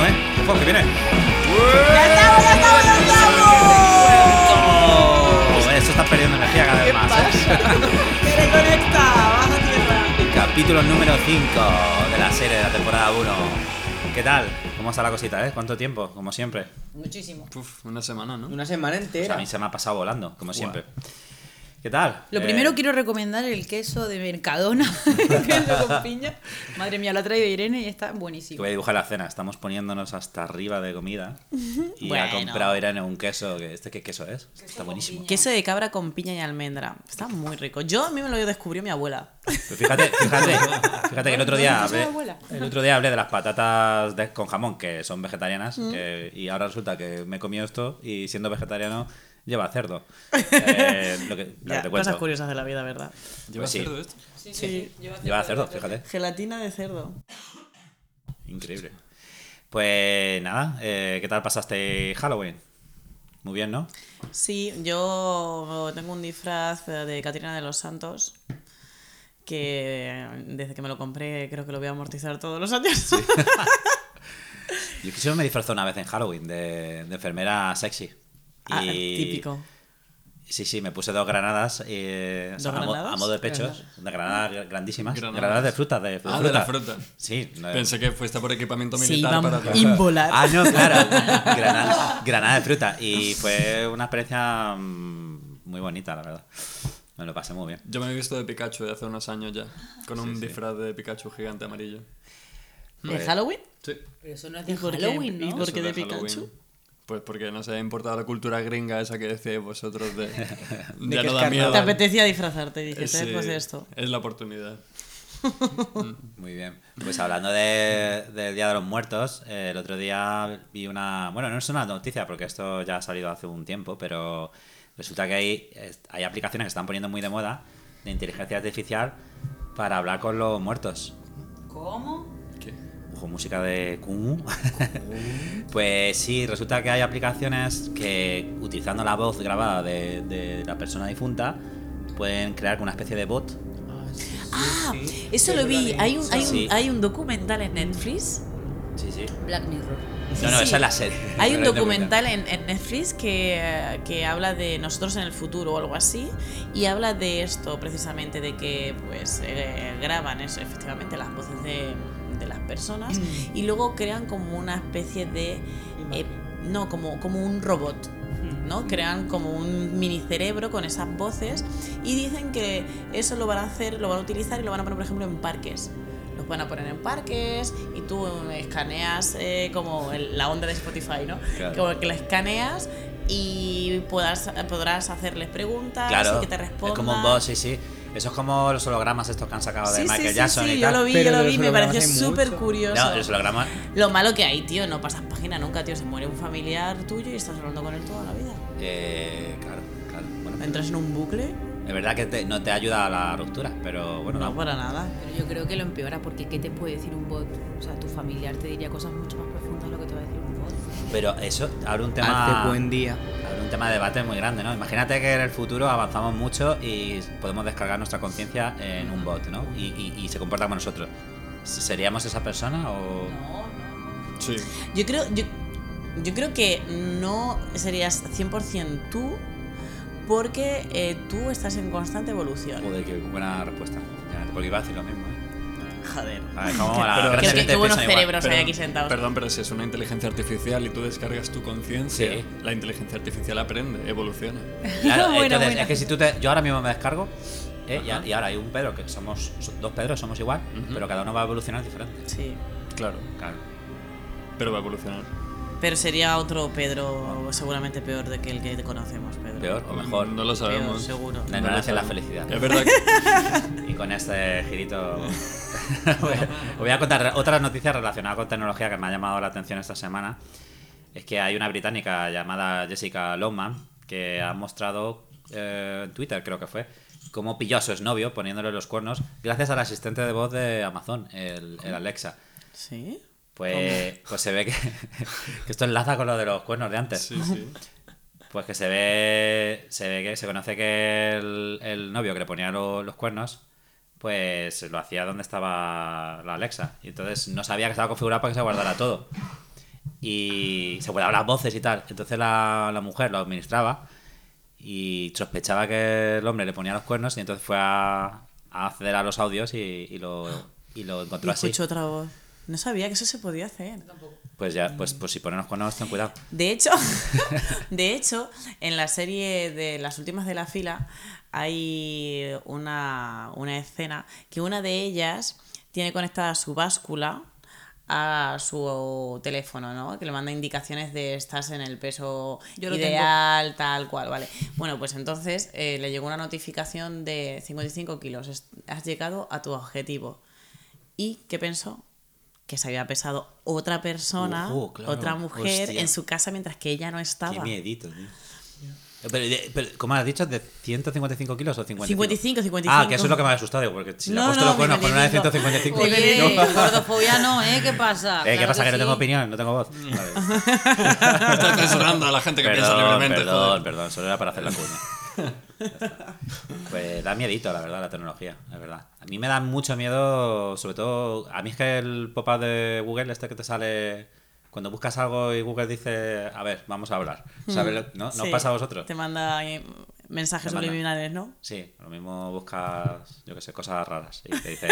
eh. Falcon que viene. ¡Ya estamos, ya estamos, ya estamos! Oh, Eso está perdiendo energía cada ¿Qué vez más. ¿eh? pasa? ¡Que reconecta! ¡Baja tierra! Capítulo número 5 de la serie de la temporada 1. ¿Qué tal? ¿Cómo está la cosita, eh? ¿Cuánto tiempo? Como siempre. Muchísimo. Uf, una semana, ¿no? Una semana O sea, entera. a mí se me ha pasado volando, como siempre. ¿Qué tal? Lo Eh, primero quiero recomendar el queso de Mercadona, queso con piña. Madre mía, lo ha traído Irene y está que buenísimo. voy a dibujar la cena. Estamos poniéndonos hasta arriba de comida. Y ha Bueno. comprado Irene un queso. Que, ¿Este qué queso es? está buenísimo. Queso de cabra con piña y almendra. Está muy rico. Yo a mí me lo descubrió mi abuela. Pero Pues fíjate, fíjate, fíjate que el otro día ¿Dónde está hablé, su abuela? el otro día hablé de las patatas de- con jamón, que son vegetarianas, Mm. que- y ahora resulta que me he comido esto y siendo vegetariano lleva cerdo. Eh, lo que, lo que Ya, te cosas cuento. curiosas de la vida, ¿verdad? ¿Lleva Pues sí. cerdo esto? Sí. Lleva cerdo, fíjate. Gelatina de cerdo. Increíble. Pues nada, eh, ¿qué tal pasaste Halloween? Muy bien, ¿no? Sí, yo tengo un disfraz de Catrina de los Santos que desde que me lo compré creo que lo voy a amortizar todos los años. Yo quisiera me disfrazó una vez en Halloween de, de enfermera sexy. Ah, Y- típico. Sí, sí, me puse dos granadas, eh, o sea, ¿Dos a, mo- granadas? a modo de pechos, de granadas gr- grandísimas, granadas, Granadas. de frutas, de, de Ah, de fruta. la fruta. Sí, no- Eh. Pensé que fue esta por equipamiento Sí, militar vamos. para Y- involar. Ah, no, claro, granada, granada de fruta y fue una experiencia mm, muy bonita, la verdad. Me lo pasé muy bien. Yo me he visto de Pikachu de hace unos años ya, con un disfraz de Pikachu gigante amarillo. eh, ¿De Halloween? Sí. Pero eso no es ¿Y de por qué? Halloween, ¿Y ¿no? por qué Eso de Pikachu? Halloween. Pues porque no se ha importado la cultura gringa esa que decíais vosotros de... que ya es no da carnaval. miedo. Te apetecía disfrazarte y dijiste, Sí, pues esto. Es la oportunidad. Muy bien. Pues hablando de- del Día de los Muertos, eh, el otro día vi una. Bueno, no es una noticia porque esto ya ha salido hace un tiempo, pero resulta que hay, es- hay aplicaciones que están poniendo muy de moda de inteligencia artificial para hablar con los muertos. ¿Cómo? ¿Qué? Ojo, música de Kumu. pues sí, resulta que hay aplicaciones que utilizando la voz grabada de, de la persona difunta pueden crear una especie de bot. Ah, eso lo vi. Hay un, hay, Sí. un, hay un documental en Netflix. Sí, sí. Black Mirror. no, no, sí. esa es la serie. Hay un Pero documental en, en Netflix que, eh, que habla de nosotros en el futuro o algo así y habla de esto precisamente, de que pues eh, graban eso, efectivamente las voces de, de las personas Mm. Mm. y luego crean como una especie de... eh, no, como, como un robot. ¿no? Crean como un mini cerebro con esas voces y dicen que eso lo van a hacer, lo van a utilizar y lo van a poner, por ejemplo, en parques. Los van a poner en parques y tú escaneas eh, como el- la onda de Spotify, ¿no? Claro. Como que la escaneas y podrás, podrás hacerles preguntas y que te respondan. Es como un boss, sí, sí. Eso es como los hologramas estos que han sacado de Sí, sí, Michael sí, Jackson sí, y yo tal. lo vi, Pero yo lo de vi, los me hologramas pareció hay súper mucho. curioso. No, los hologramas. Lo malo que hay, tío, no pasas página nunca, tío. Se muere un familiar tuyo y estás hablando con él toda la vida. eh, claro, claro. Bueno, Entras en un bucle, es verdad que te- no te ayuda a la ruptura, pero bueno, no da- para nada. Pero yo creo que lo empeora porque ¿qué te puede decir un bot? O sea, tu familiar te diría cosas mucho más profundas de lo que te va a decir un bot. pero eso abre un tema. Hace buen día. abre un tema de debate muy grande, ¿no? Imagínate que en el futuro avanzamos mucho y podemos descargar nuestra conciencia en un bot, ¿no? Y, y- y se comporta como nosotros. ¿Seríamos esa persona o.? Sí. Yo creo, yo, yo creo que no serías 100% tú porque eh, tú estás en constante evolución. Joder, qué buena respuesta. Ya, Porque iba a decir lo mismo, ¿eh? Joder. A ver, como la Pero- gran Qué- gente qué buenos piensa igual. cerebros. Pero hay aquí sentados. Perdón, pero si es una inteligencia artificial y tú descargas tu conciencia, Sí. la inteligencia artificial aprende, evoluciona. Claro, Bueno, entonces bueno. es que si tú te. Yo ahora mismo me descargo. ¿eh? Y, a- y ahora hay un Pedro que somos. so- Dos Pedros somos igual, Ujú. pero cada uno va a evolucionar diferente. Sí. Claro, Claro. pero va a evolucionar. Pero sería otro Pedro, seguramente peor de que el que te conocemos, Pedro. Peor o mejor. No lo Peor, sabemos. seguro. La ignorancia es la felicidad. Es verdad que Y con este girito. Os voy a contar otra noticia relacionada con tecnología que me ha llamado la atención esta semana. Es que hay una británica llamada Jessica Longman que ha mostrado eh, en Twitter, creo que fue, cómo pilló a su exnovio poniéndole los cuernos gracias al asistente de voz de Amazon, el, el Alexa. ¿Sí? Pues, pues se ve que, que esto enlaza con lo de los cuernos de antes. sí, sí. Pues que se ve, se ve que se conoce que el, el novio que le ponía lo- los cuernos, pues lo hacía donde estaba la Alexa. Y entonces no sabía que estaba configurado para que se guardara todo. y se guardaban las voces y tal. Entonces la, la mujer lo administraba y sospechaba que el hombre le ponía los cuernos y entonces fue a, a acceder a los audios y, y lo, y lo Y encontró así. escucho otra voz. No sabía que eso se podía hacer. Pues ya, pues, pues si ponen los cuernos, ten cuidado. De hecho, de hecho, en la serie de las últimas de la fila hay una, una escena que una de ellas tiene conectada su báscula a su teléfono, ¿no? Que le manda indicaciones de estás en el peso Yo lo ideal, tal cual, vale. Bueno, pues entonces eh, le llegó una notificación de 55 kilos, es- has llegado a tu objetivo. ¿Y qué pensó? Que se había pesado otra persona, Ujú, claro. otra mujer Hostia. en su casa mientras que ella no Qué estaba. miedito, tío. Pero, de- pero, ¿Cómo has dicho? ¿De 155 kilos o 55? 55, 55. Ah, que eso es lo que me ha asustado, digo, porque si le ha No, puesto no, los cuernos con una de Miguelito. 155 Oye, no. gordofobia no, ¿eh? ¿Qué pasa? Eh, ¿Qué Claro pasa? Que, no sí. tengo opinión, no tengo voz. Vale. Estás censurando a la gente que piensa Perdón, libremente, perdón, joder. perdón, solo era para hacer la cuña. Ya está. Pues da miedito, la verdad, la tecnología, la verdad. A mí me da mucho miedo, sobre todo, a mí es que el pop-up de Google, este que te sale cuando buscas algo y Google dice, a ver, vamos a hablar. ¿Sabes? lo- ¿No, ¿No os Sí, pasa a vosotros? Te manda eh, mensajes Te manda. subliminales, ¿no? Sí, lo mismo buscas, yo qué sé, cosas raras y te dice,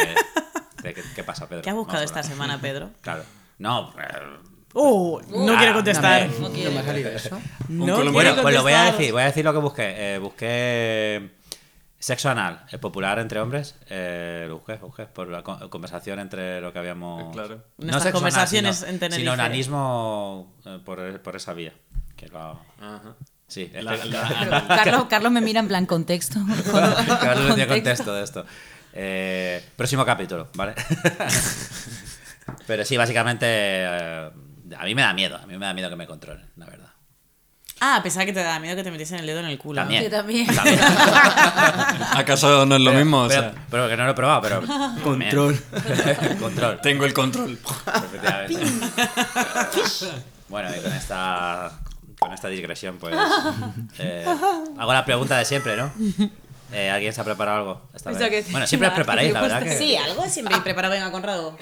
te- ¿qué, qué pasa, Pedro? ¿Qué has buscado Vamos a esta hablar. semana, Pedro? Claro. No, eh, ¡Oh! Ah, No quiere contestar. No quiero. me ha salido eso? No, Un colombiano. quiere Bueno, pues lo voy a contestar. decir, voy a decir lo que busqué. Eh, busqué eh, sexo anal, el popular entre hombres. Eh, lo busqué, lo busqué por la con- conversación entre lo que habíamos. Eh, claro. Nuestras sexo anal, conversaciones sino, en Tenerife. Sino onanismo eh, por, por esa vía. Que lo- Ajá. Sí, es La- que- la- Carlos, Carlos me mira en plan contexto. Carlos no tiene contexto de esto. Eh, próximo capítulo, ¿vale? Pero sí, básicamente. eh, a mí me da miedo, a mí me da miedo que me controlen, la verdad. Ah, pensaba que te daba miedo que te metiesen el dedo en el culo. También. Yo también. ¿Acaso no es lo mismo? O pero, sea, pero que no lo he probado, pero. Control. Control. tengo el control. efectivamente. bueno, y con esta. Con esta digresión, pues. eh, hago la pregunta de siempre, ¿no? Eh, ¿Alguien se ha preparado algo? esta Pensaba vez? que- Bueno, siempre os preparáis, la verdad que. Sí, algo siempre preparado, venga, Conrado.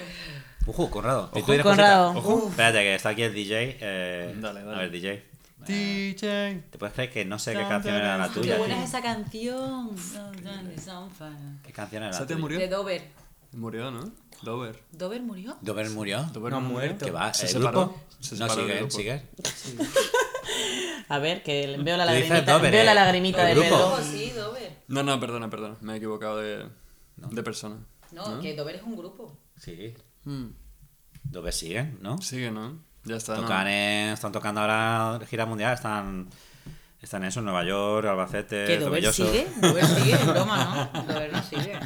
Ujú, Conrado. ¿y tú Ojo, tienes cosita? Conrado. Ujú. Espérate, que está aquí el DJ. eh, Dale, dale. A ver, DJ. DJ. ¿Te puedes creer que no sé qué canción era la tuya? Qué buena tío? es esa canción. Sometimes it's on fire. ¿Qué canción era la ¿Se tuya? te De murió? Dover. Murió, ¿no? Dover. ¿Dover murió? ¿Dover murió? Dover No ha murió. muerto. ¿Qué va? Se ¿El separó. grupo? Se no, separó del sigue, grupo. sigue. A ver, que veo la Tú dices lagrimita, Dover, veo eh. la lagrimita de El grupo. Pedro. Oh, sí, Dover. No, no, perdona, perdona. Me he equivocado de, de persona. No, que Dover es un grupo. Sí. Dover siguen, ¿no? Sigue, ¿no? Ya está. ¿no? Tocan en- están tocando ahora gira mundial, están, están en eso, en Nueva York, Albacete, ¿Que Dover Tomelloso. sigue? Pues Dover sigue, es broma, Ah, ¿no? Dover no sigue.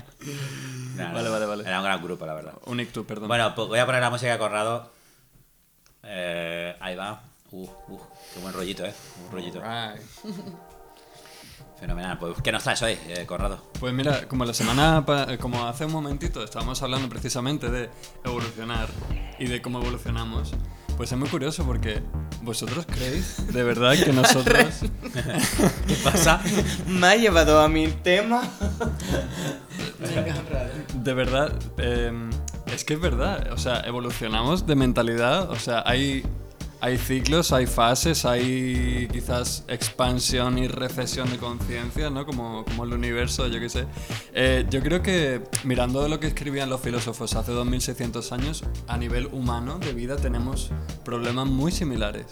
Nah, Vale, no, vale, vale. Era un gran grupo, la verdad. Un ictus, perdón. Bueno, pues voy a poner la música de Corrado. Eh, ahí va. Uh, uh, qué buen rollito, eh. Un rollito. Right. Fenomenal. Pues, ¿qué nos traes hoy, eh, Corrado? Pues mira, como la semana, pa- eh, como hace un momentito estábamos hablando precisamente de evolucionar y de cómo evolucionamos, pues es muy curioso porque vosotros creéis de verdad que nosotros, ¿Qué pasa? Me ha llevado a mi tema. de verdad, eh, es que es verdad, o sea, evolucionamos de mentalidad, o sea, hay, hay ciclos, hay fases, hay quizás expansión y recesión de conciencia, ¿no? Como, como el universo, yo qué sé. Eh, yo creo que mirando lo que escribían los filósofos hace 2600 años, a nivel humano de vida tenemos problemas muy similares.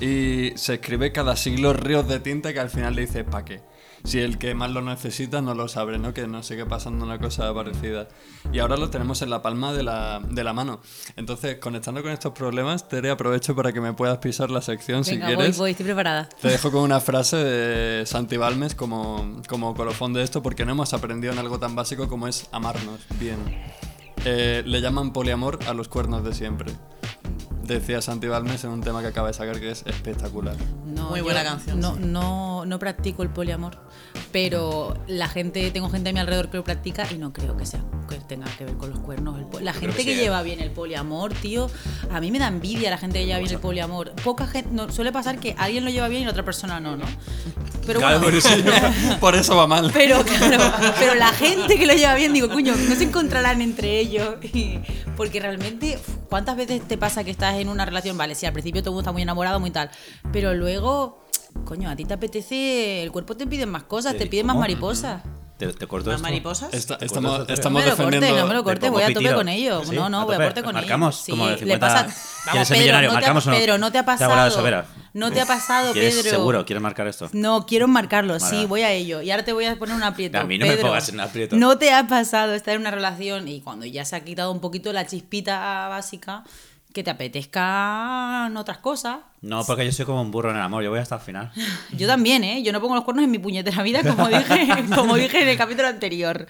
Y se escribe cada siglo ríos de tinta que al final le dices, ¿para qué? Si el que más lo necesita no lo sabe, ¿no? Que nos sigue pasando una cosa parecida. Y ahora lo tenemos en la palma de la, de la mano. Entonces, conectando con estos problemas, Tere, aprovecho para que me puedas pisar la sección Venga, si voy, quieres. voy, estoy preparada. Te dejo con una frase de Santi Balmes como, como colofón de esto porque no hemos aprendido en algo tan básico como es amarnos bien. Eh, le llaman poliamor a los cuernos de siempre. Decía Santi Balmes en un tema que acaba de sacar que es espectacular. No, Muy buena canción, No, sí. no no, no practico el poliamor, pero la gente, tengo gente a mi alrededor que lo practica y no creo que sea que tenga que ver con los cuernos. el po- la creo que gente que, sí, ¿eh? lleva bien el poliamor, tío, a mí me da envidia la gente que lleva bien el poliamor. Poca gente, no, suele pasar que alguien lo lleva bien y la otra persona no, ¿no? Pero Claro, por bueno, eso- por eso va mal. pero claro, pero la gente que lo lleva bien, digo, cuño, no se encontrarán entre ellos. Y- porque realmente, uf, ¿cuántas veces te pasa que estás en una relación? Vale, sí, al principio todo el mundo está muy enamorado, muy tal. Pero luego, coño, a ti te apetece, el cuerpo te pide más cosas, te pide más ¿Cómo? mariposas. ¿Te, te corto ¿Las esto? mariposas? Esta- ¿Te estamos acuerdas de No estamos me lo defendiendo. corte, no me lo Te corte, pongo voy a tope pitido. con ellos. Sí, no, a no, voy a tope. tope con Marcamos ellos. como de le 50. pasa... ¿Quieres Vamos, ser Pedro, millonario? no te ha, Marcamos uno. Pedro, no te ha ¿Te ha volado eso, pasado. Vera? no te ha pasado, ¿Quieres- Pedro. Seguro, ¿quieres marcar esto? No, quiero marcarlo, Vale, sí, vale. voy a ello. Y ahora te voy a poner un aprieto. A mí no me Pedro. pongas en un aprieto. No te ha pasado estar en una relación y cuando ya se ha quitado un poquito la chispita básica, que te apetezcan otras cosas. No, porque yo soy como un burro en el amor, yo voy hasta el final. Yo también, ¿eh? Yo no pongo los cuernos en mi puñetera vida, como dije, como dije en el capítulo anterior.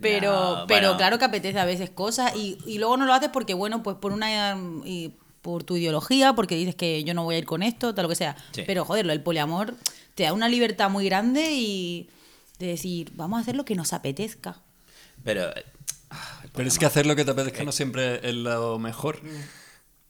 Pero, No, pero bueno. claro que apetece a veces cosas y, y luego no lo haces porque, bueno, pues por una... y por tu ideología, porque dices que yo no voy a ir con esto, tal lo que sea. Sí. Pero, joder, lo del poliamor te da una libertad muy grande y de decir, vamos a hacer lo que nos apetezca. Pero eh, Pero es que hacer lo que te apetezca no siempre es lo mejor.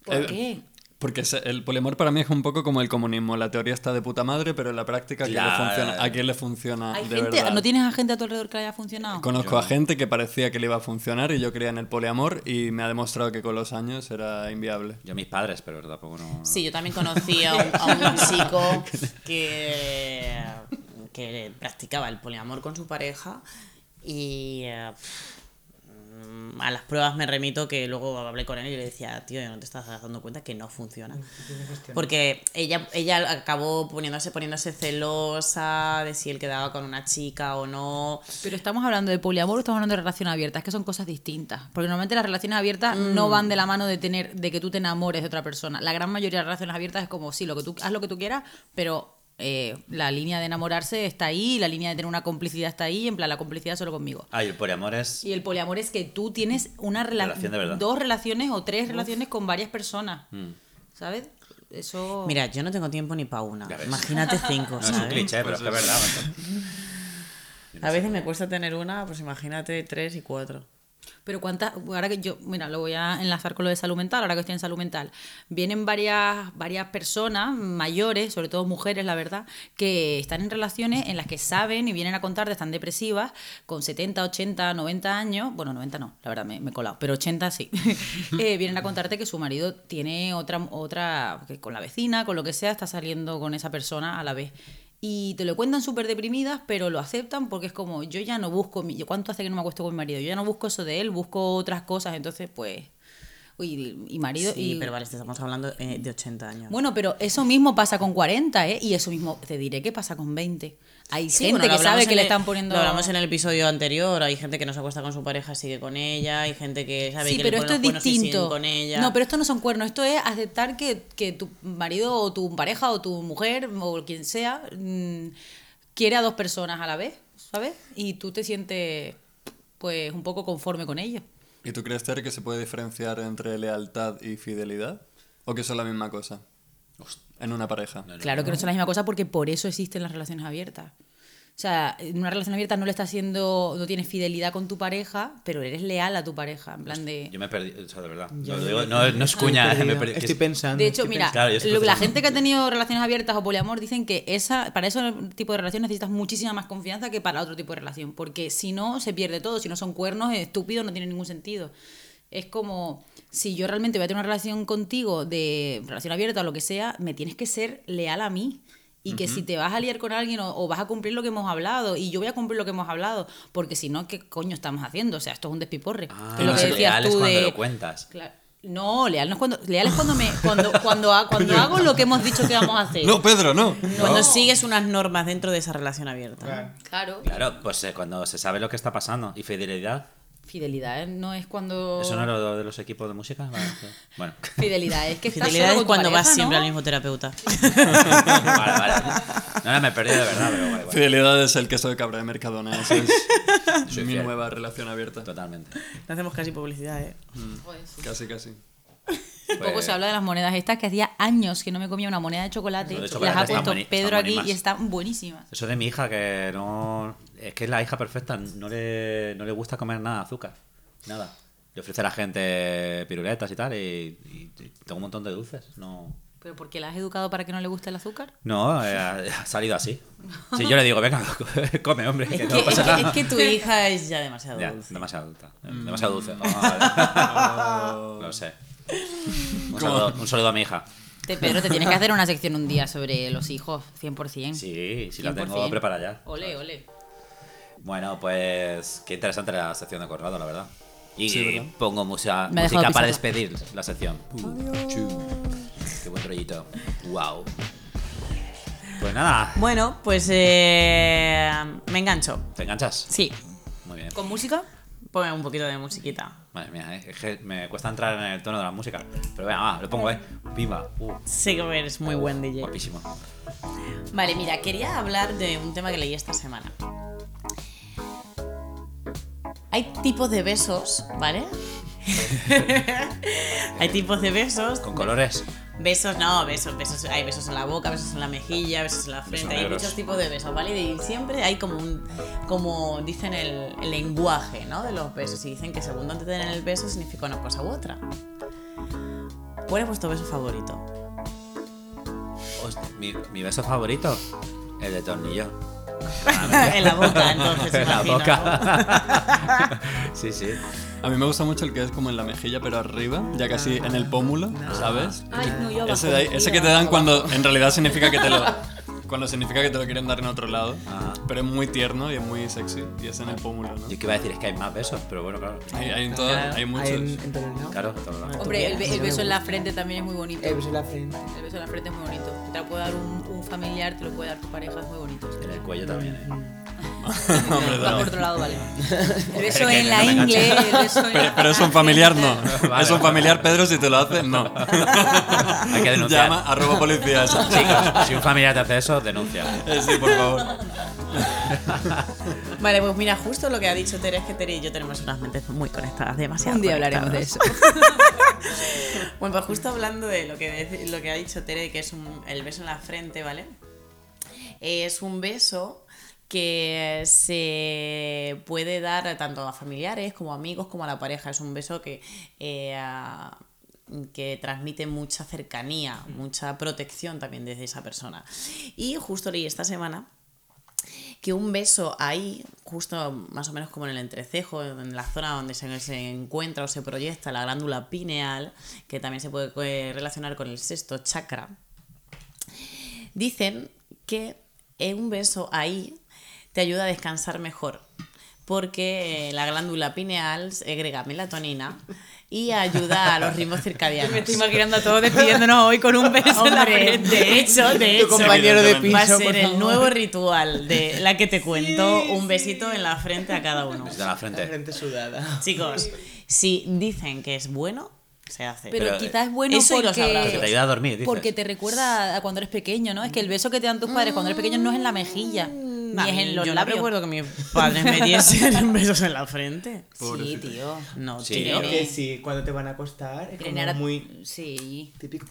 ¿Por Eh, qué? Porque se- el poliamor para mí es un poco como el comunismo. La teoría está de puta madre, pero en la práctica ¿a quién le Claro. funciona? ¿A quién le funciona Hay ah, de gente, verdad? ¿No tienes a gente a tu alrededor que le haya funcionado? Conozco a gente que parecía que le iba a funcionar y yo creía en el poliamor y me ha demostrado que con los años era inviable. yo mis padres, pero tampoco no... Sí, yo también conocí a un, a un chico que, que practicaba el poliamor con su pareja y eh, mm, a las pruebas me remito que luego hablé con él y le decía, tío, no te estás dando cuenta que no funciona. Porque ella, ella acabó poniéndose, poniéndose celosa de si él quedaba con una chica o no. Pero estamos hablando de poliamor o estamos hablando de relación abierta, es que son cosas distintas. Porque normalmente las relaciones abiertas no van de la mano de tener, de que tú te enamores de otra persona. La gran mayoría de relaciones abiertas es como sí, lo que tú haz lo que tú quieras, pero eh, la línea de enamorarse está ahí, la línea de tener una complicidad está ahí, en plan la complicidad solo conmigo. Ay, el poliamor es... Y el poliamor es que tú tienes una rela- Relación de verdad. Mm. dos relaciones o tres relaciones con varias personas. ¿Sabes? Eso Mira, yo no tengo tiempo ni para una. Ya ves. Imagínate cinco. No es un ¿sabes? cliché, pero es que es verdad. macho. A veces me cuesta tener una, pues imagínate tres y cuatro. Pero cuántas, ahora que yo, mira, lo voy a enlazar con lo de salud mental, ahora que estoy en salud mental, vienen varias, varias personas mayores, sobre todo mujeres, la verdad, que están en relaciones en las que saben y vienen a contar de están depresivas, con 70, 80, 90 años, bueno, 90 no, la verdad me, me he colado, pero 80 sí, Eh, vienen a contarte que su marido tiene otra, otra, que con la vecina, con lo que sea, está saliendo con esa persona a la vez. Y te lo cuentan súper deprimidas, pero lo aceptan porque es como, yo ya no busco, mi, yo cuánto hace que no me acuesto con mi marido, yo ya no busco eso de él, busco otras cosas, entonces pues, uy, y marido... Sí, y, pero vale, estamos hablando eh, de 80 años. Bueno, pero eso mismo pasa con 40, ¿eh? Y eso mismo, te diré que pasa con 20. Hay Sí, gente bueno, lo que hablamos sabe que en le el- están poniendo... Lo hablamos en el episodio anterior. Hay gente que no se acuesta con su pareja, sigue con ella. Hay gente que sabe Sí, que pero le esto ponen es los cuernos y siguen distinto. con ella. No, pero esto no son cuernos. Esto es aceptar que, que tu marido o tu pareja o tu mujer o quien sea mm, quiere a dos personas a la vez, ¿sabes? Y tú te sientes pues un poco conforme con ello. ¿Y tú crees, Ter, que se puede diferenciar entre lealtad y fidelidad? ¿O que son la misma cosa? En una pareja. Claro que no son la misma cosa porque por eso existen las relaciones abiertas. O sea, en una relación abierta no le estás haciendo, no tienes fidelidad con tu pareja, pero eres leal a tu pareja, en Pues plan de... Yo me he perdido, o sea, de verdad. No, lo digo- no- no es Ah, cuña, me he perdido. Estoy pensando. De hecho, mira, Claro, yo estoy lo- la pensando. gente que ha tenido relaciones abiertas o poliamor dicen que esa, para ese tipo de relación necesitas muchísima más confianza que para otro tipo de relación, porque si no, se pierde todo, si no son cuernos, es estúpido, no tiene ningún sentido. Es como, si yo realmente voy a tener una relación contigo, de relación abierta o lo que sea, me tienes que ser leal a mí. Y que si te vas a liar con alguien o, o vas a cumplir lo que hemos hablado, y yo voy a cumplir lo que hemos hablado, porque si no, ¿qué coño estamos haciendo? O sea, esto es un despiporre. Ah, Es lo que sí, decías leal es tú cuando de- lo cuentas. Claro. No, leal no es cuando. Leal es cuando me. Cuando, cuando, ha- cuando hago lo que hemos dicho que vamos a hacer. No, Pedro, no. Cuando sigues unas normas dentro de esa relación abierta. Claro. Claro, pues eh, cuando se sabe lo que está pasando. ¿Y fidelidad? Fidelidad ¿eh? no es cuando. ¿Eso no era lo de los equipos de música? Vale, sí. Bueno. Fidelidad es que estás Fidelidad solo es con tu cuando pareja, vas siempre ¿no? al mismo terapeuta. vale, vale. No, no, me he perdido de verdad, pero vale, vale. Fidelidad es el queso de cabra de Mercadona. Esa es mi fiel. nueva relación abierta. Totalmente. No hacemos casi publicidad, ¿eh? Casi, casi. Poco Pues- se habla de las monedas estas que hacía años que no me comía una moneda de chocolate. Lo de las chocolate ha están puesto bueni- Pedro están aquí buenísimas. y están buenísimas. Eso de mi hija, que no. Es que es la hija perfecta, no le, no le gusta comer nada de azúcar. Nada. Le ofrece a la gente piruletas y tal, y, y- y tengo un montón de dulces. No. ¿Pero por qué la has educado para que no le guste el azúcar? No, eh, ha, ha salido así. Si yo le digo, venga, come, hombre, que no que- pasa nada. es que tu hija es ya demasiado Ya, dulce. Mm. demasiado adulta. Demasiado dulce. Ah, vale. Lo sé. Un saludo, un saludo a mi hija. Te, Pedro, te tienes que hacer una sección un día sobre los hijos, 100%. Sí, sí la 100%. tengo preparada ya. Ole, ole. Bueno, pues qué interesante la sección de Corrado, la verdad. Y Sí, ¿verdad? pongo musa- Me ha dejado música para pisarla. despedir la sección. Qué buen rollito. Wow. Pues nada, Bueno, pues eh, me engancho. ¿te enganchas? Sí, Muy bien. ¿Con música? ponme un poquito de musiquita. Madre mía, eh, es que me cuesta entrar en el tono de la música. Pero venga, va, lo pongo, eh. Viva. Uh, Sí que eres muy buen DJ. guapísimo. Vale, mira, quería hablar de un tema que leí esta semana. Hay tipos de besos, ¿vale? Hay tipos de besos. Con colores. Besos, no, besos, besos. Hay besos en la boca, besos en la mejilla, besos en la frente. Hay negros. muchos tipos de besos, ¿vale? Y siempre hay como un. Como dicen el, el lenguaje, ¿no? De los besos. Y dicen que según donde te den el beso significa una cosa u otra. ¿Cuál es vuestro beso favorito? Hostia, mi, mi beso favorito, el de tornillo. en la boca, entonces. Ah, en la imagino, ¿no? boca. sí, sí. A mí me gusta mucho el que es como en la mejilla, pero arriba, ya casi en el pómulo, ¿sabes? Ay, no, yo abajo, Ese, de ahí- mentira, ese que te dan abajo. cuando en realidad significa que te lo. Cuando significa que te lo quieren dar en otro lado. Ajá. Pero es muy tierno y es muy sexy. Y es en el pómulo, ¿no? Yo que iba a decir es que hay más besos, pero bueno, claro. Hay, hay en todo- hay muchos. Claro, todo lo- Hombre, el, be- el beso en la frente también es muy bonito. El beso Eh, pues, en la frente. El beso en la frente es muy bonito. Te lo puede dar un, un familiar, te lo puede dar tu pareja, es muy bonito. En el cuello también, eh. Hombre, Va por dale. otro lado, vale. El beso que en no la me ingle, engancha. el beso en Pero, la- pero es un familiar, no. Vale. Es un familiar, Pedro, si te lo haces, no. Hay que denunciar. Llama, arroba policía. esa. Chicos, si un familiar te hace eso, denuncia. Eh, Sí, por favor. Vale, pues mira, justo lo que ha dicho Tere es que Tere y yo tenemos unas mentes muy conectadas, demasiado. Un día hablaremos de conectadas. eso. Bueno, pues justo hablando de lo que, dec- lo que ha dicho Tere, que es un- el beso en la frente, ¿vale? Es un beso que se puede dar tanto a familiares como a amigos como a la pareja. Es un beso que, eh, a- que transmite mucha cercanía, mucha protección también desde esa persona. Y justo leí esta semana que un beso ahí, justo más o menos como en el entrecejo, en la zona donde se, se encuentra o se proyecta la glándula pineal, que también se puede eh, relacionar con el sexto chakra, dicen que eh, un beso ahí te ayuda a descansar mejor, porque eh, la glándula pineal segrega melatonina y ayuda a los ritmos circadianos. imaginando a todos despidiéndonos hoy con un beso Hombre, de hecho, de Tu hecho, compañero de va a piso, ser por el favor. nuevo ritual de la que te cuento, un besito en la frente a cada uno. Desde la La frente. frente sudada. Chicos, si dicen que es bueno, se hace. Pero, Pero, quizás es bueno eso y los abrazos. Que te porque, ayuda a dormir, dices. porque te recuerda a cuando eres pequeño, ¿no? Es que el beso que te dan tus padres cuando eres pequeño no es en la mejilla, A ni es mí- en los yo no labios. recuerdo que mis padres me diesen besos en la frente. sí, tío. No, Sí. tío. Creo que sí, cuando te van a acostar es como Trenar a- muy Sí. típico.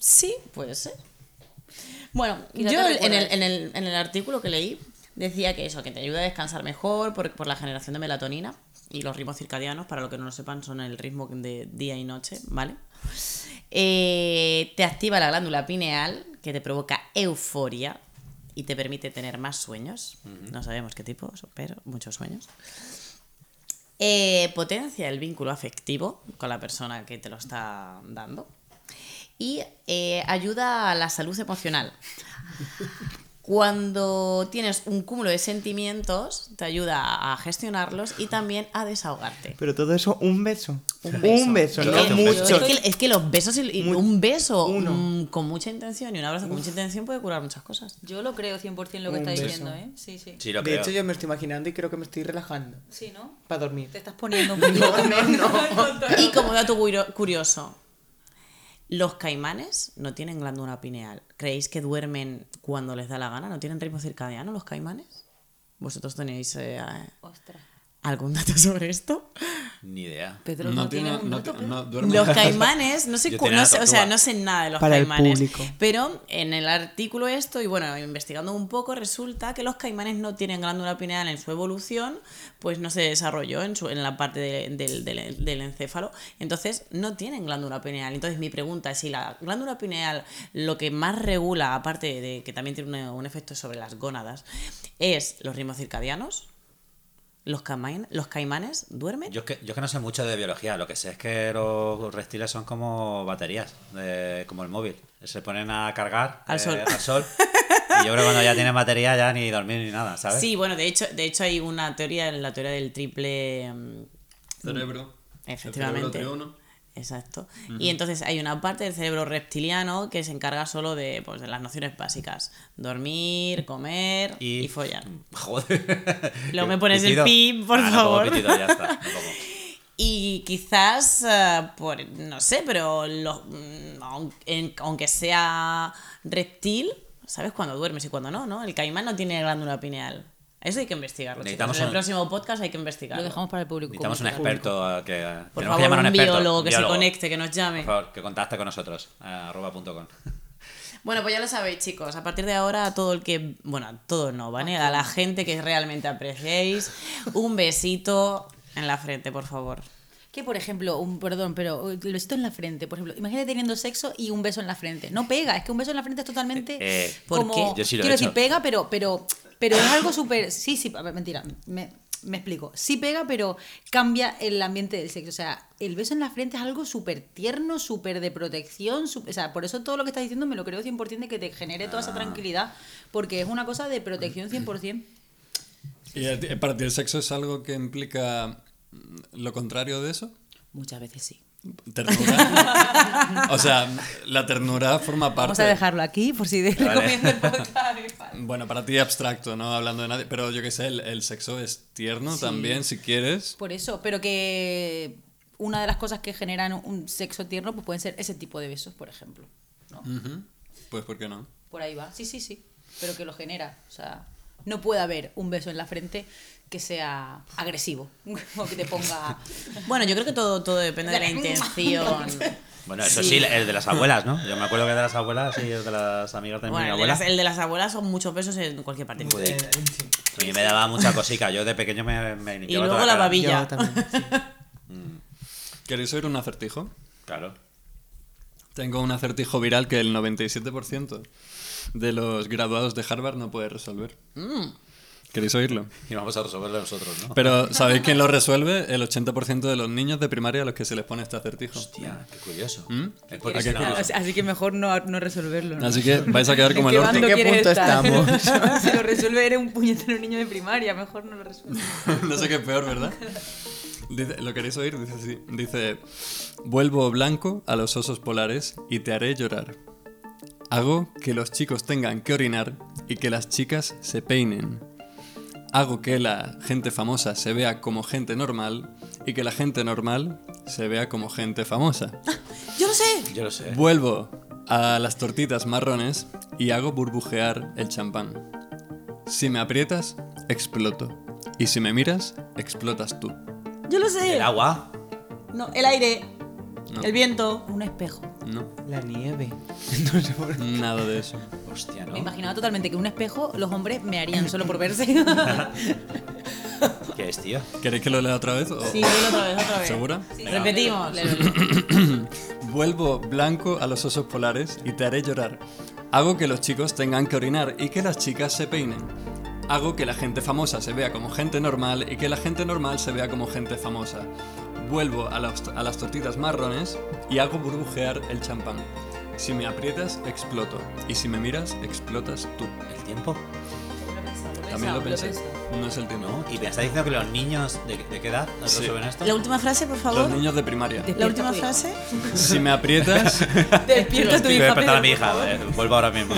Sí, puede ser. Bueno, Y no te yo el- en recuerdas. el, en, el, en el artículo que leí decía que eso, que te ayuda a descansar mejor por, por la generación de melatonina y los ritmos circadianos, para los que no lo sepan, son el ritmo de día y noche, ¿vale? Eh, te activa la glándula pineal, que te provoca euforia y te permite tener más sueños. No sabemos qué tipos, pero muchos sueños. Eh, potencia el vínculo afectivo con la persona que te lo está dando y eh, ayuda a la salud emocional. Cuando tienes un cúmulo de sentimientos, te ayuda a gestionarlos y también a desahogarte. Pero todo eso, un beso. Un beso, beso. Yo no creo que un beso. mucho. Es que, es que los besos, y- y Mu- un beso uno. mm, con mucha intención y un abrazo con mucha intención puede curar muchas cosas. Yo lo creo 100% lo que Un está beso. diciendo, ¿eh? Sí, sí. Sí, lo De creo. hecho, yo me estoy imaginando y creo que me estoy relajando Sí, ¿no? para dormir. Te estás poniendo un poquito también. Y como dato cuiro- curioso, los caimanes no tienen glándula pineal. ¿Creéis que duermen cuando les da la gana? ¿No tienen ritmo circadiano los caimanes? ¿Vosotros tenéis eh, Ostras. algún dato sobre esto? Ni idea. Pedro, no, tiene, un dato, Pedro? no duerme. Los caimanes, no sé, Yo cu- tenía no la sé- o tortuga. sea, no sé nada de los Para el caimanes. público. Pero en el artículo esto, y bueno, investigando un poco, resulta que los caimanes no tienen glándula pineal en su evolución, pues no se desarrolló en, su, en la parte de- del, del- del encéfalo, entonces no tienen glándula pineal. Entonces mi pregunta es si la glándula pineal lo que más regula, aparte de que también tiene un, un efecto sobre las gónadas, es los ritmos circadianos. ¿Los, caimanes ¿Los caimanes duermen? Yo es, que, yo es que no sé mucho de biología, lo que sé es que los reptiles son como baterías, de- como el móvil. Se ponen a cargar eh, Al sol. al sol. Y yo creo que cuando ya tienen batería ya ni dormir ni nada, ¿sabes? Sí, bueno, de hecho, de hecho hay una teoría, la teoría del triple. mm, Cerebro. Efectivamente. El cerebro triuno. Exacto. Y entonces hay una parte del cerebro reptiliano que se encarga solo de, pues, de las nociones básicas: dormir, comer y, follar. Joder. Luego me pones el Pitido. pip, por Ah, no pongo favor. pitido, ya está. no pongo. Y quizás, eh, por, no sé, pero los, mm, aun- en- aunque sea reptil, sabes cuándo duermes y cuándo no, ¿no? El caimán no tiene glándula pineal. Eso hay que investigarlo. chicos. Necesitamos en el un- próximo podcast hay que investigarlo. Lo dejamos para el público. Necesitamos un como experto a que. tenemos Por que favor, llamar a un, experto, biólogo que biólogo. se conecte, que nos llame. Por favor, que contacte con nosotros. a arroba punto com. Bueno, pues ya lo sabéis, chicos. A partir de ahora, a todo el que. Bueno, a todo no, ¿vale? A la gente que realmente apreciéis, un besito en la frente, por favor. Que por ejemplo, un perdón, pero eh, el besito en la frente, por ejemplo, imagínate teniendo sexo y un beso en la frente. No pega, es que un beso en la frente es totalmente Eh, eh, ¿por como- qué? Yo sí lo he quiero decir, hecho. pega, pero pero pero es algo súper sí, sí, a ver, mentira, me, me explico. Sí pega, pero cambia el ambiente del sexo, o sea, el beso en la frente es algo súper tierno, súper de protección, sú- o sea, por eso todo lo que estás diciendo me lo creo 100% de que te genere toda Ah. esa tranquilidad, porque es una cosa de protección 100%. ¿Y el- eh, para ti el sexo es algo que implica mm, lo contrario de eso? Muchas veces sí. Ternura. o sea, la ternura forma parte. Vamos a dejarlo aquí por si de- Vale. Bueno, para ti abstracto, no hablando de nadie. Pero yo qué sé, el, el sexo es tierno también, si quieres. Por eso, pero que una de las cosas que generan un sexo tierno pues pueden ser ese tipo de besos, por ejemplo. ¿no? Ujú. Pues, ¿por qué no? Por ahí va. Sí, sí, sí. Pero que lo genera. O sea, no puede haber un beso en la frente que sea agresivo o que te ponga... Bueno, yo creo que todo, todo depende de la intención. Bueno, eso sí, el de las abuelas, ¿no? Yo me acuerdo que el de las abuelas y el de las amigas de mi Bueno, el de, abuela. las, el de las abuelas son muchos besos en cualquier parte. Joder. Eh, A mí me daba mucha cosica. Yo de pequeño me, me Y limpiaba luego toda la cara. babilla. Yo también. sí. ¿Queréis oír un acertijo? Claro. Tengo un acertijo viral que el 97% de los graduados de Harvard no puede resolver. ¿Queréis oírlo? Y vamos a resolverlo nosotros, ¿no? Pero ¿sabéis quién lo resuelve? El 80% de los niños de primaria a los que se les pone este acertijo. Hostia, ¿Mm? qué curioso. Es Ah, porque qué si no- curioso. Así que mejor no, no resolverlo. ¿no? Así que vais a quedar como el ¿En orto. bando ¿En qué quieres punto estar? estamos? si lo resuelve eres un puñetero niño de primaria, mejor no lo resuelve. no sé qué es peor, ¿verdad? Dice- ¿Lo queréis oír? Dice así. Dice, vuelvo blanco a los osos polares y te haré llorar. Hago que los chicos tengan que orinar y que las chicas se peinen. Hago que la gente famosa se vea como gente normal y que la gente normal se vea como gente famosa. Yo lo sé. Yo lo sé. Vuelvo a las tortitas marrones y hago burbujear el champán. Si me aprietas, exploto. Y si me miras, explotas tú. Yo lo sé. El agua. No, el aire. El viento. Un espejo. No, La nieve. No sé por qué. nada de eso. Hostia, Me ¿no? imaginaba totalmente que un espejo los hombres me harían solo por verse. ¿Qué es, tío? ¿Queréis que lo lea otra vez? o- Sí, dilo otra vez, otra vez. ¿Segura? Repetimos. Vuelvo blanco a los osos polares y te haré llorar. Hago que los chicos tengan que orinar y que las chicas se peinen. Hago que la gente famosa se vea como gente normal y que la gente normal se vea como gente famosa. Vuelvo a las, a las tortitas marrones y hago burbujear el champán. Si me aprietas, exploto. Y si me miras, explotas tú. El tiempo. También lo pensé. No es el tema. ¿No? ¿Y me estás diciendo que los niños de, de qué edad nos Sí. resuelven esto? La última frase, por Los favor. niños de primaria. La última frase. Si me aprietas, Despierta tu Voy a hija. despertar a Pedro. mi hija. eh, vuelvo ahora mismo.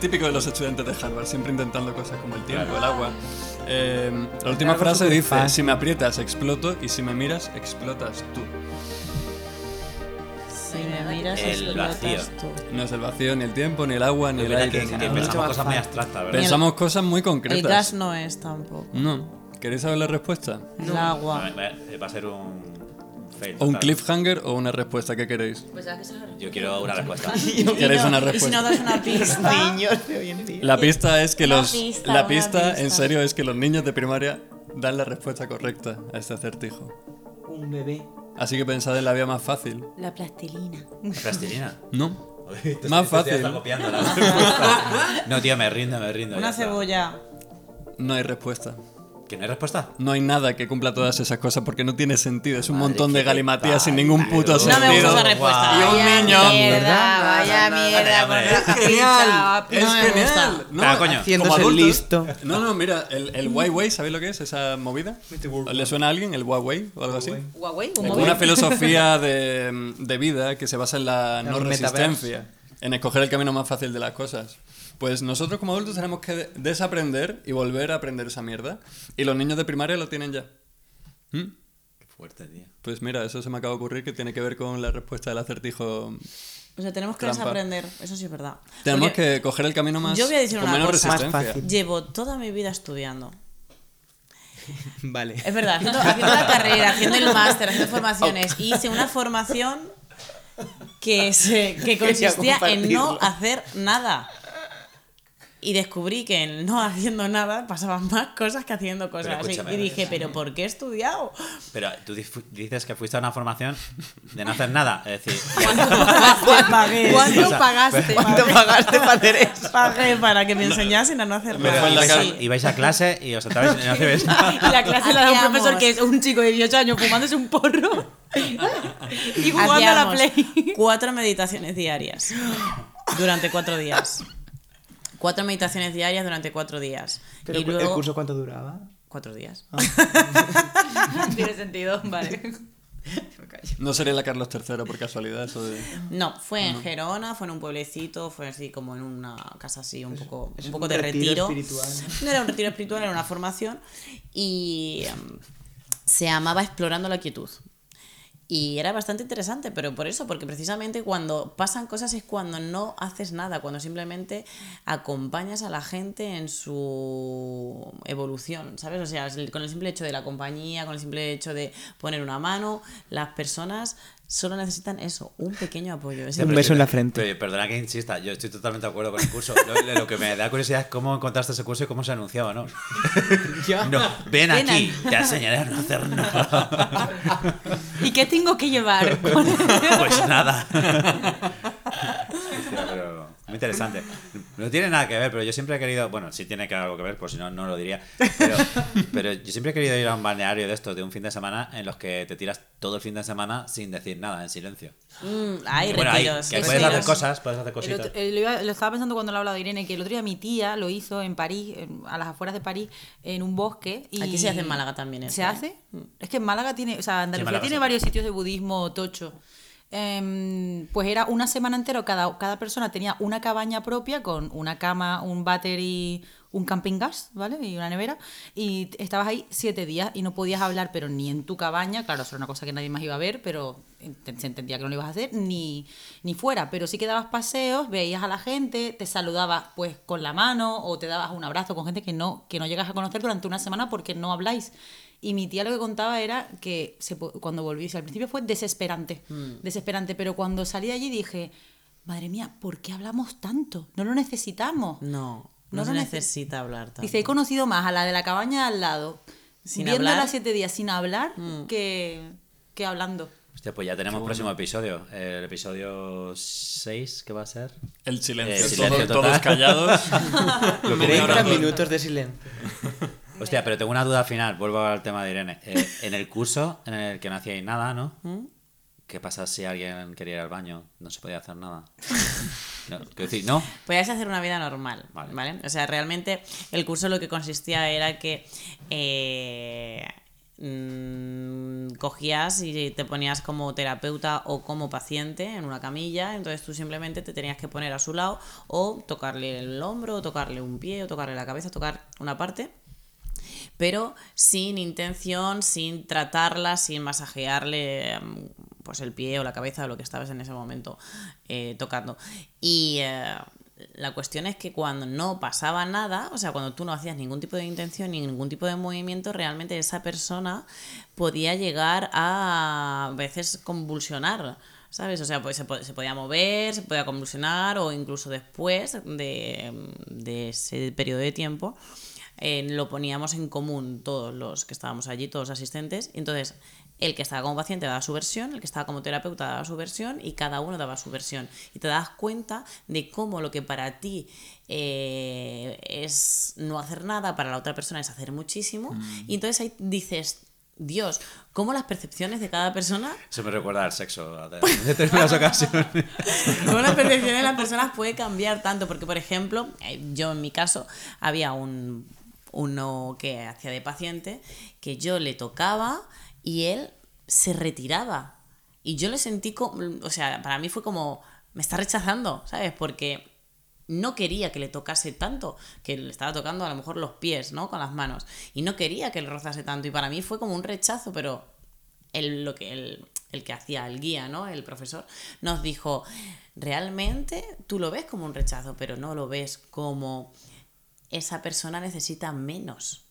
Típico de los estudiantes de Harvard, siempre intentando cosas como el tiempo, el agua. Eh, la última Algo frase súper dice, fácil. si me aprietas, exploto, y si me miras, explotas tú. Si me miras, El explotas vacío. tú. No es el vacío, ni el tiempo, ni el agua, ni Es el verdad aire. que, ni que nada. pensamos cosas muy abstractas, ¿verdad? Pensamos cosas muy El gas concretas. no es tampoco. No, ¿Queréis saber la respuesta? El agua. Va, eh, va- va a ser un fail. ¿O un total. cliffhanger o una respuesta que queréis? Pues sabes que esa- Yo quiero una respuesta. ¿Queréis una Y si respuesta? no das una pista. Ah. Niños de hoy en día. La pista es que Una los. pista, la una pista, en pista. serio, es que los niños de primaria dan la respuesta correcta a este acertijo. Un bebé. Así que pensad en la vía más fácil. La plastilina. Plastilina. ¿No? Joder, esto- Más esto ya fácil. está copiando la respuesta. No, tío, me rindo, me rindo. ya Una está. cebolla. No hay respuesta. ¿Que no hay respuesta? No hay nada que cumpla todas esas cosas porque no tiene sentido. Es un Madre montón de que te galimatías sin parió. ningún puto No me gusta sentido. esa respuesta. Y un niño. Mierda, vaya mierda. Hombre, con la- pincha, Genial, es me gusta. genial. No, Ah, coño. como Haciéndose el adultos- listo. No, no, mira, el, el Huawei, ¿sabéis lo que es esa movida? ¿Le suena a alguien el Huawei o algo así? Huawei, un Es móvil. una filosofía de, de vida que se basa en la no los resistencia, en escoger el camino más fácil de las cosas. Pues nosotros como adultos tenemos que de- desaprender y volver a aprender esa mierda. Y los niños de primaria lo tienen ya. ¿Mm? Qué fuerte, tío. Pues mira, eso se me acaba de ocurrir que tiene que ver con la respuesta del acertijo. O sea, tenemos que Trampa. desaprender. Eso sí es verdad. Tenemos Porque que coger el camino más yo voy a decir con una menos cosa. Más resistencia. fácil. Llevo toda mi vida estudiando. Vale. Es verdad, haciendo, haciendo la carrera, haciendo el máster, haciendo formaciones. Y hice una formación que, se, que consistía en no compartirlo. hacer nada. Y descubrí que en no haciendo nada pasaban más cosas que haciendo cosas. Pero Y- escúchame, y dije, ¿pero por qué he estudiado? Pero tú dif- dices que fuiste a una formación de no hacer nada. Es decir, Te pagué. O ¿Cuándo sea, pagaste? ¿Cuánto pagaste para hacer eso? Pagué para que me enseñasen a no hacer Me fue en nada. la ibais, calle. a, ibais a clase y os sentabais y no hacíais nada. Y la clase la da un Hacíamos. profesor que es un chico de 18 años fumándose un porro y jugando a la Hacíamos Play. Cuatro meditaciones diarias durante cuatro días. Cuatro meditaciones diarias durante cuatro días. Pero y cu- luego, el curso cuánto duraba? Cuatro días. Ah. Tiene sentido, vale. No sería la Carlos III por casualidad. Eso de- No, fue en Gerona, fue en un pueblecito, fue así como en una casa así, un poco, es un un poco de retiro. retiro espiritual. No era un retiro espiritual, era una formación. Y em, se llamaba Explorando la Quietud. Y era bastante interesante, pero por eso, porque precisamente cuando pasan cosas es cuando no haces nada, cuando simplemente acompañas a la gente en su evolución, ¿sabes? O sea, el- con el simple hecho de la compañía, con el simple hecho de poner una mano, las personas solo necesitan eso, un pequeño apoyo. Es Un impresionante. beso en la frente. Pero perdona que insista, yo estoy totalmente de acuerdo con el curso. Lo, lo que me da curiosidad es cómo encontraste ese curso y cómo se anunciaba, ¿no? No, ven aquí, te enseñaré a no hacer nada. ¿Y qué tengo que llevar? Pues nada. Hostia, pero Muy interesante. No tiene nada que ver, pero yo siempre he querido. Bueno, sí tiene que algo que ver, por si no, no lo diría. Pero, pero yo siempre he querido ir a un balneario de estos, de un fin de semana, en los que te tiras todo el fin de semana sin decir nada, en silencio. Mm, hay bueno, ahí, retiros. que puedes retiros. hacer cosas, puedes hacer El cositas. otro- eh, lo, iba- lo estaba pensando cuando lo hablaba de Irene, que el otro día mi tía lo hizo en París, en- a las afueras de París, en un bosque. Y Aquí se hace en Málaga también eso, ¿Se ¿eh? hace? Es que en Málaga tiene, o sea, Andalucía Málaga tiene se hace. varios sitios de budismo tocho. Em, pues era una semana entera, cada, cada persona tenía una cabaña propia con una cama, un battery, un camping gas, ¿vale? Y una nevera. Y t- estabas ahí siete días y no podías hablar, pero ni en tu cabaña, claro, eso era una cosa que nadie más iba a ver, pero ent- se entendía que no lo ibas a hacer, ni, ni fuera. Pero sí que dabas paseos, veías a la gente, te saludabas pues con la mano o te dabas un abrazo con gente que no, que no llegas a conocer durante una semana porque no habláis. Y mi tía lo que contaba era que se po- cuando volví, o sea, al principio fue desesperante, desesperante, pero cuando salí de allí dije, madre mía, ¿por qué hablamos tanto? No lo necesitamos. No, no, No se lo neces- necesita hablar tanto. Dice, he conocido más a la de la cabaña al lado, Sin viéndola hablar. siete días sin hablar, que, que hablando. Hostia, pues ya tenemos próximo episodio. El episodio 6, ¿qué va a ser? El silencio. Eh, Todo- silencio total. todos callados. Media hora, 30 dos- minutos de silencio. Hostia, pero tengo una duda final. Vuelvo al tema de Irene. Eh, en el curso en el que no hacíais nada, ¿no? ¿Qué pasa si alguien quería ir al baño? No se podía hacer nada. No, quiero decir, no. Podías hacer una vida normal, Vale. ¿vale? O sea, realmente el curso lo que consistía era que eh, mm, cogías y te ponías como terapeuta o como paciente en una camilla, entonces tú simplemente te tenías que poner a su lado o tocarle el hombro, o tocarle un pie, o tocarle la cabeza, tocar una parte pero sin intención, sin tratarla, sin masajearle mm, pues el pie o la cabeza o lo que estabas en ese momento eh, tocando. Y, eh, la cuestión es que cuando no pasaba nada, o sea, cuando tú no hacías ningún tipo de intención ni ningún tipo de movimiento, realmente esa persona podía llegar a, a veces convulsionar, ¿sabes? O sea, pues se, po- se podía mover, se podía convulsionar o incluso después de, de ese periodo de tiempo. eh, lo poníamos en común todos los que estábamos allí, todos los asistentes. Y Entonces, el que estaba como paciente daba su versión, el que estaba como terapeuta daba su versión y cada uno daba su versión. Y te das cuenta de cómo lo que para ti eh, es no hacer nada, para la otra persona es hacer muchísimo. Y entonces ahí dices, Dios, cómo las percepciones de cada persona Eso me recuerda al sexo a- en determinadas ocasiones. Como la percepción de las personas puede cambiar tanto, porque por ejemplo, eh, yo en mi caso había un uno que hacía de paciente que yo le tocaba y él se retiraba. Y yo le sentí como, o sea, para mí fue como me está rechazando, ¿sabes? Porque no quería que le tocase tanto, que le estaba tocando a lo mejor los pies, ¿no? Con las manos. Y no quería que le rozase tanto. Y para mí fue como un rechazo, pero el, lo que, el, el que hacía el guía, ¿no? El profesor, nos dijo, realmente tú lo ves como un rechazo, pero no lo ves como esa persona necesita menos.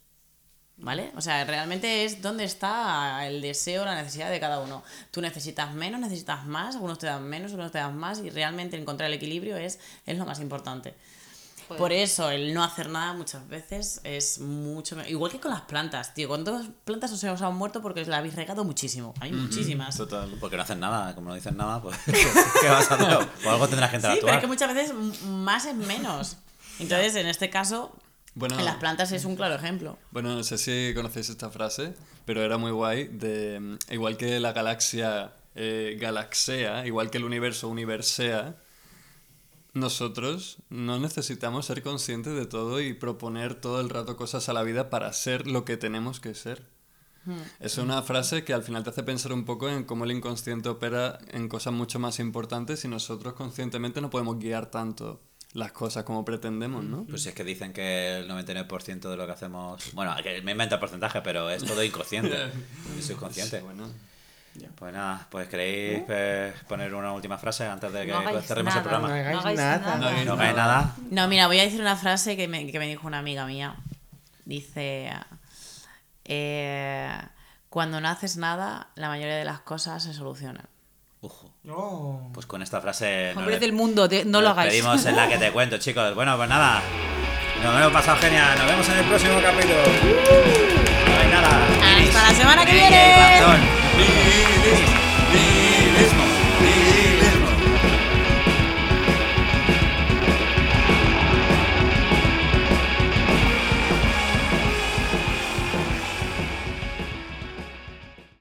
¿Vale? O sea, realmente es dónde está el deseo, la necesidad de cada uno. Tú necesitas menos, necesitas más, algunos te dan menos, algunos te dan más, y realmente encontrar el equilibrio es, es lo más importante. Por eso, el no hacer nada muchas veces es mucho me- Igual que con las plantas, tío. ¿Cuántas plantas os, os han muerto porque las habéis regado muchísimo? Hay muchísimas. Total. Porque no hacen nada, como no dicen nada, pues ¿qué vas a hacer? O algo tendrá gente a Sí, pero es actuar. que muchas veces m- más es menos. Entonces, en este caso, Bueno. en las plantas es un claro ejemplo. Bueno, no sé si conocéis esta frase, pero era muy guay, de mm, igual que la galaxia eh, galaxea, igual que el universo universea, nosotros no necesitamos ser conscientes de todo y proponer todo el rato cosas a la vida para ser lo que tenemos que ser. Es una frase que al final te hace pensar un poco en cómo el inconsciente opera en cosas mucho más importantes y nosotros conscientemente no podemos guiar tanto las cosas como pretendemos, ¿no? Pues si es que dicen que el 99% de lo que hacemos. Bueno, que me invento el porcentaje, pero es todo inconsciente y subconsciente. Sí, bueno. Pues nada, pues queréis eh, poner una última frase antes de que No hagáis cerremos nada, el programa. No hagáis No hagáis nada. nada. No hagáis No cae nada. No, mira, voy a decir una frase que me, que me dijo una amiga mía. Dice, eh, cuando no haces nada, la mayoría de las cosas se solucionan. Ojo. No. Pues con esta frase. nos Hombres de- del mundo, de- no lo nos hagáis. despedimos en la que te cuento, chicos. Bueno, pues nada. Nos hemos pasado genial. Nos vemos en el próximo capítulo.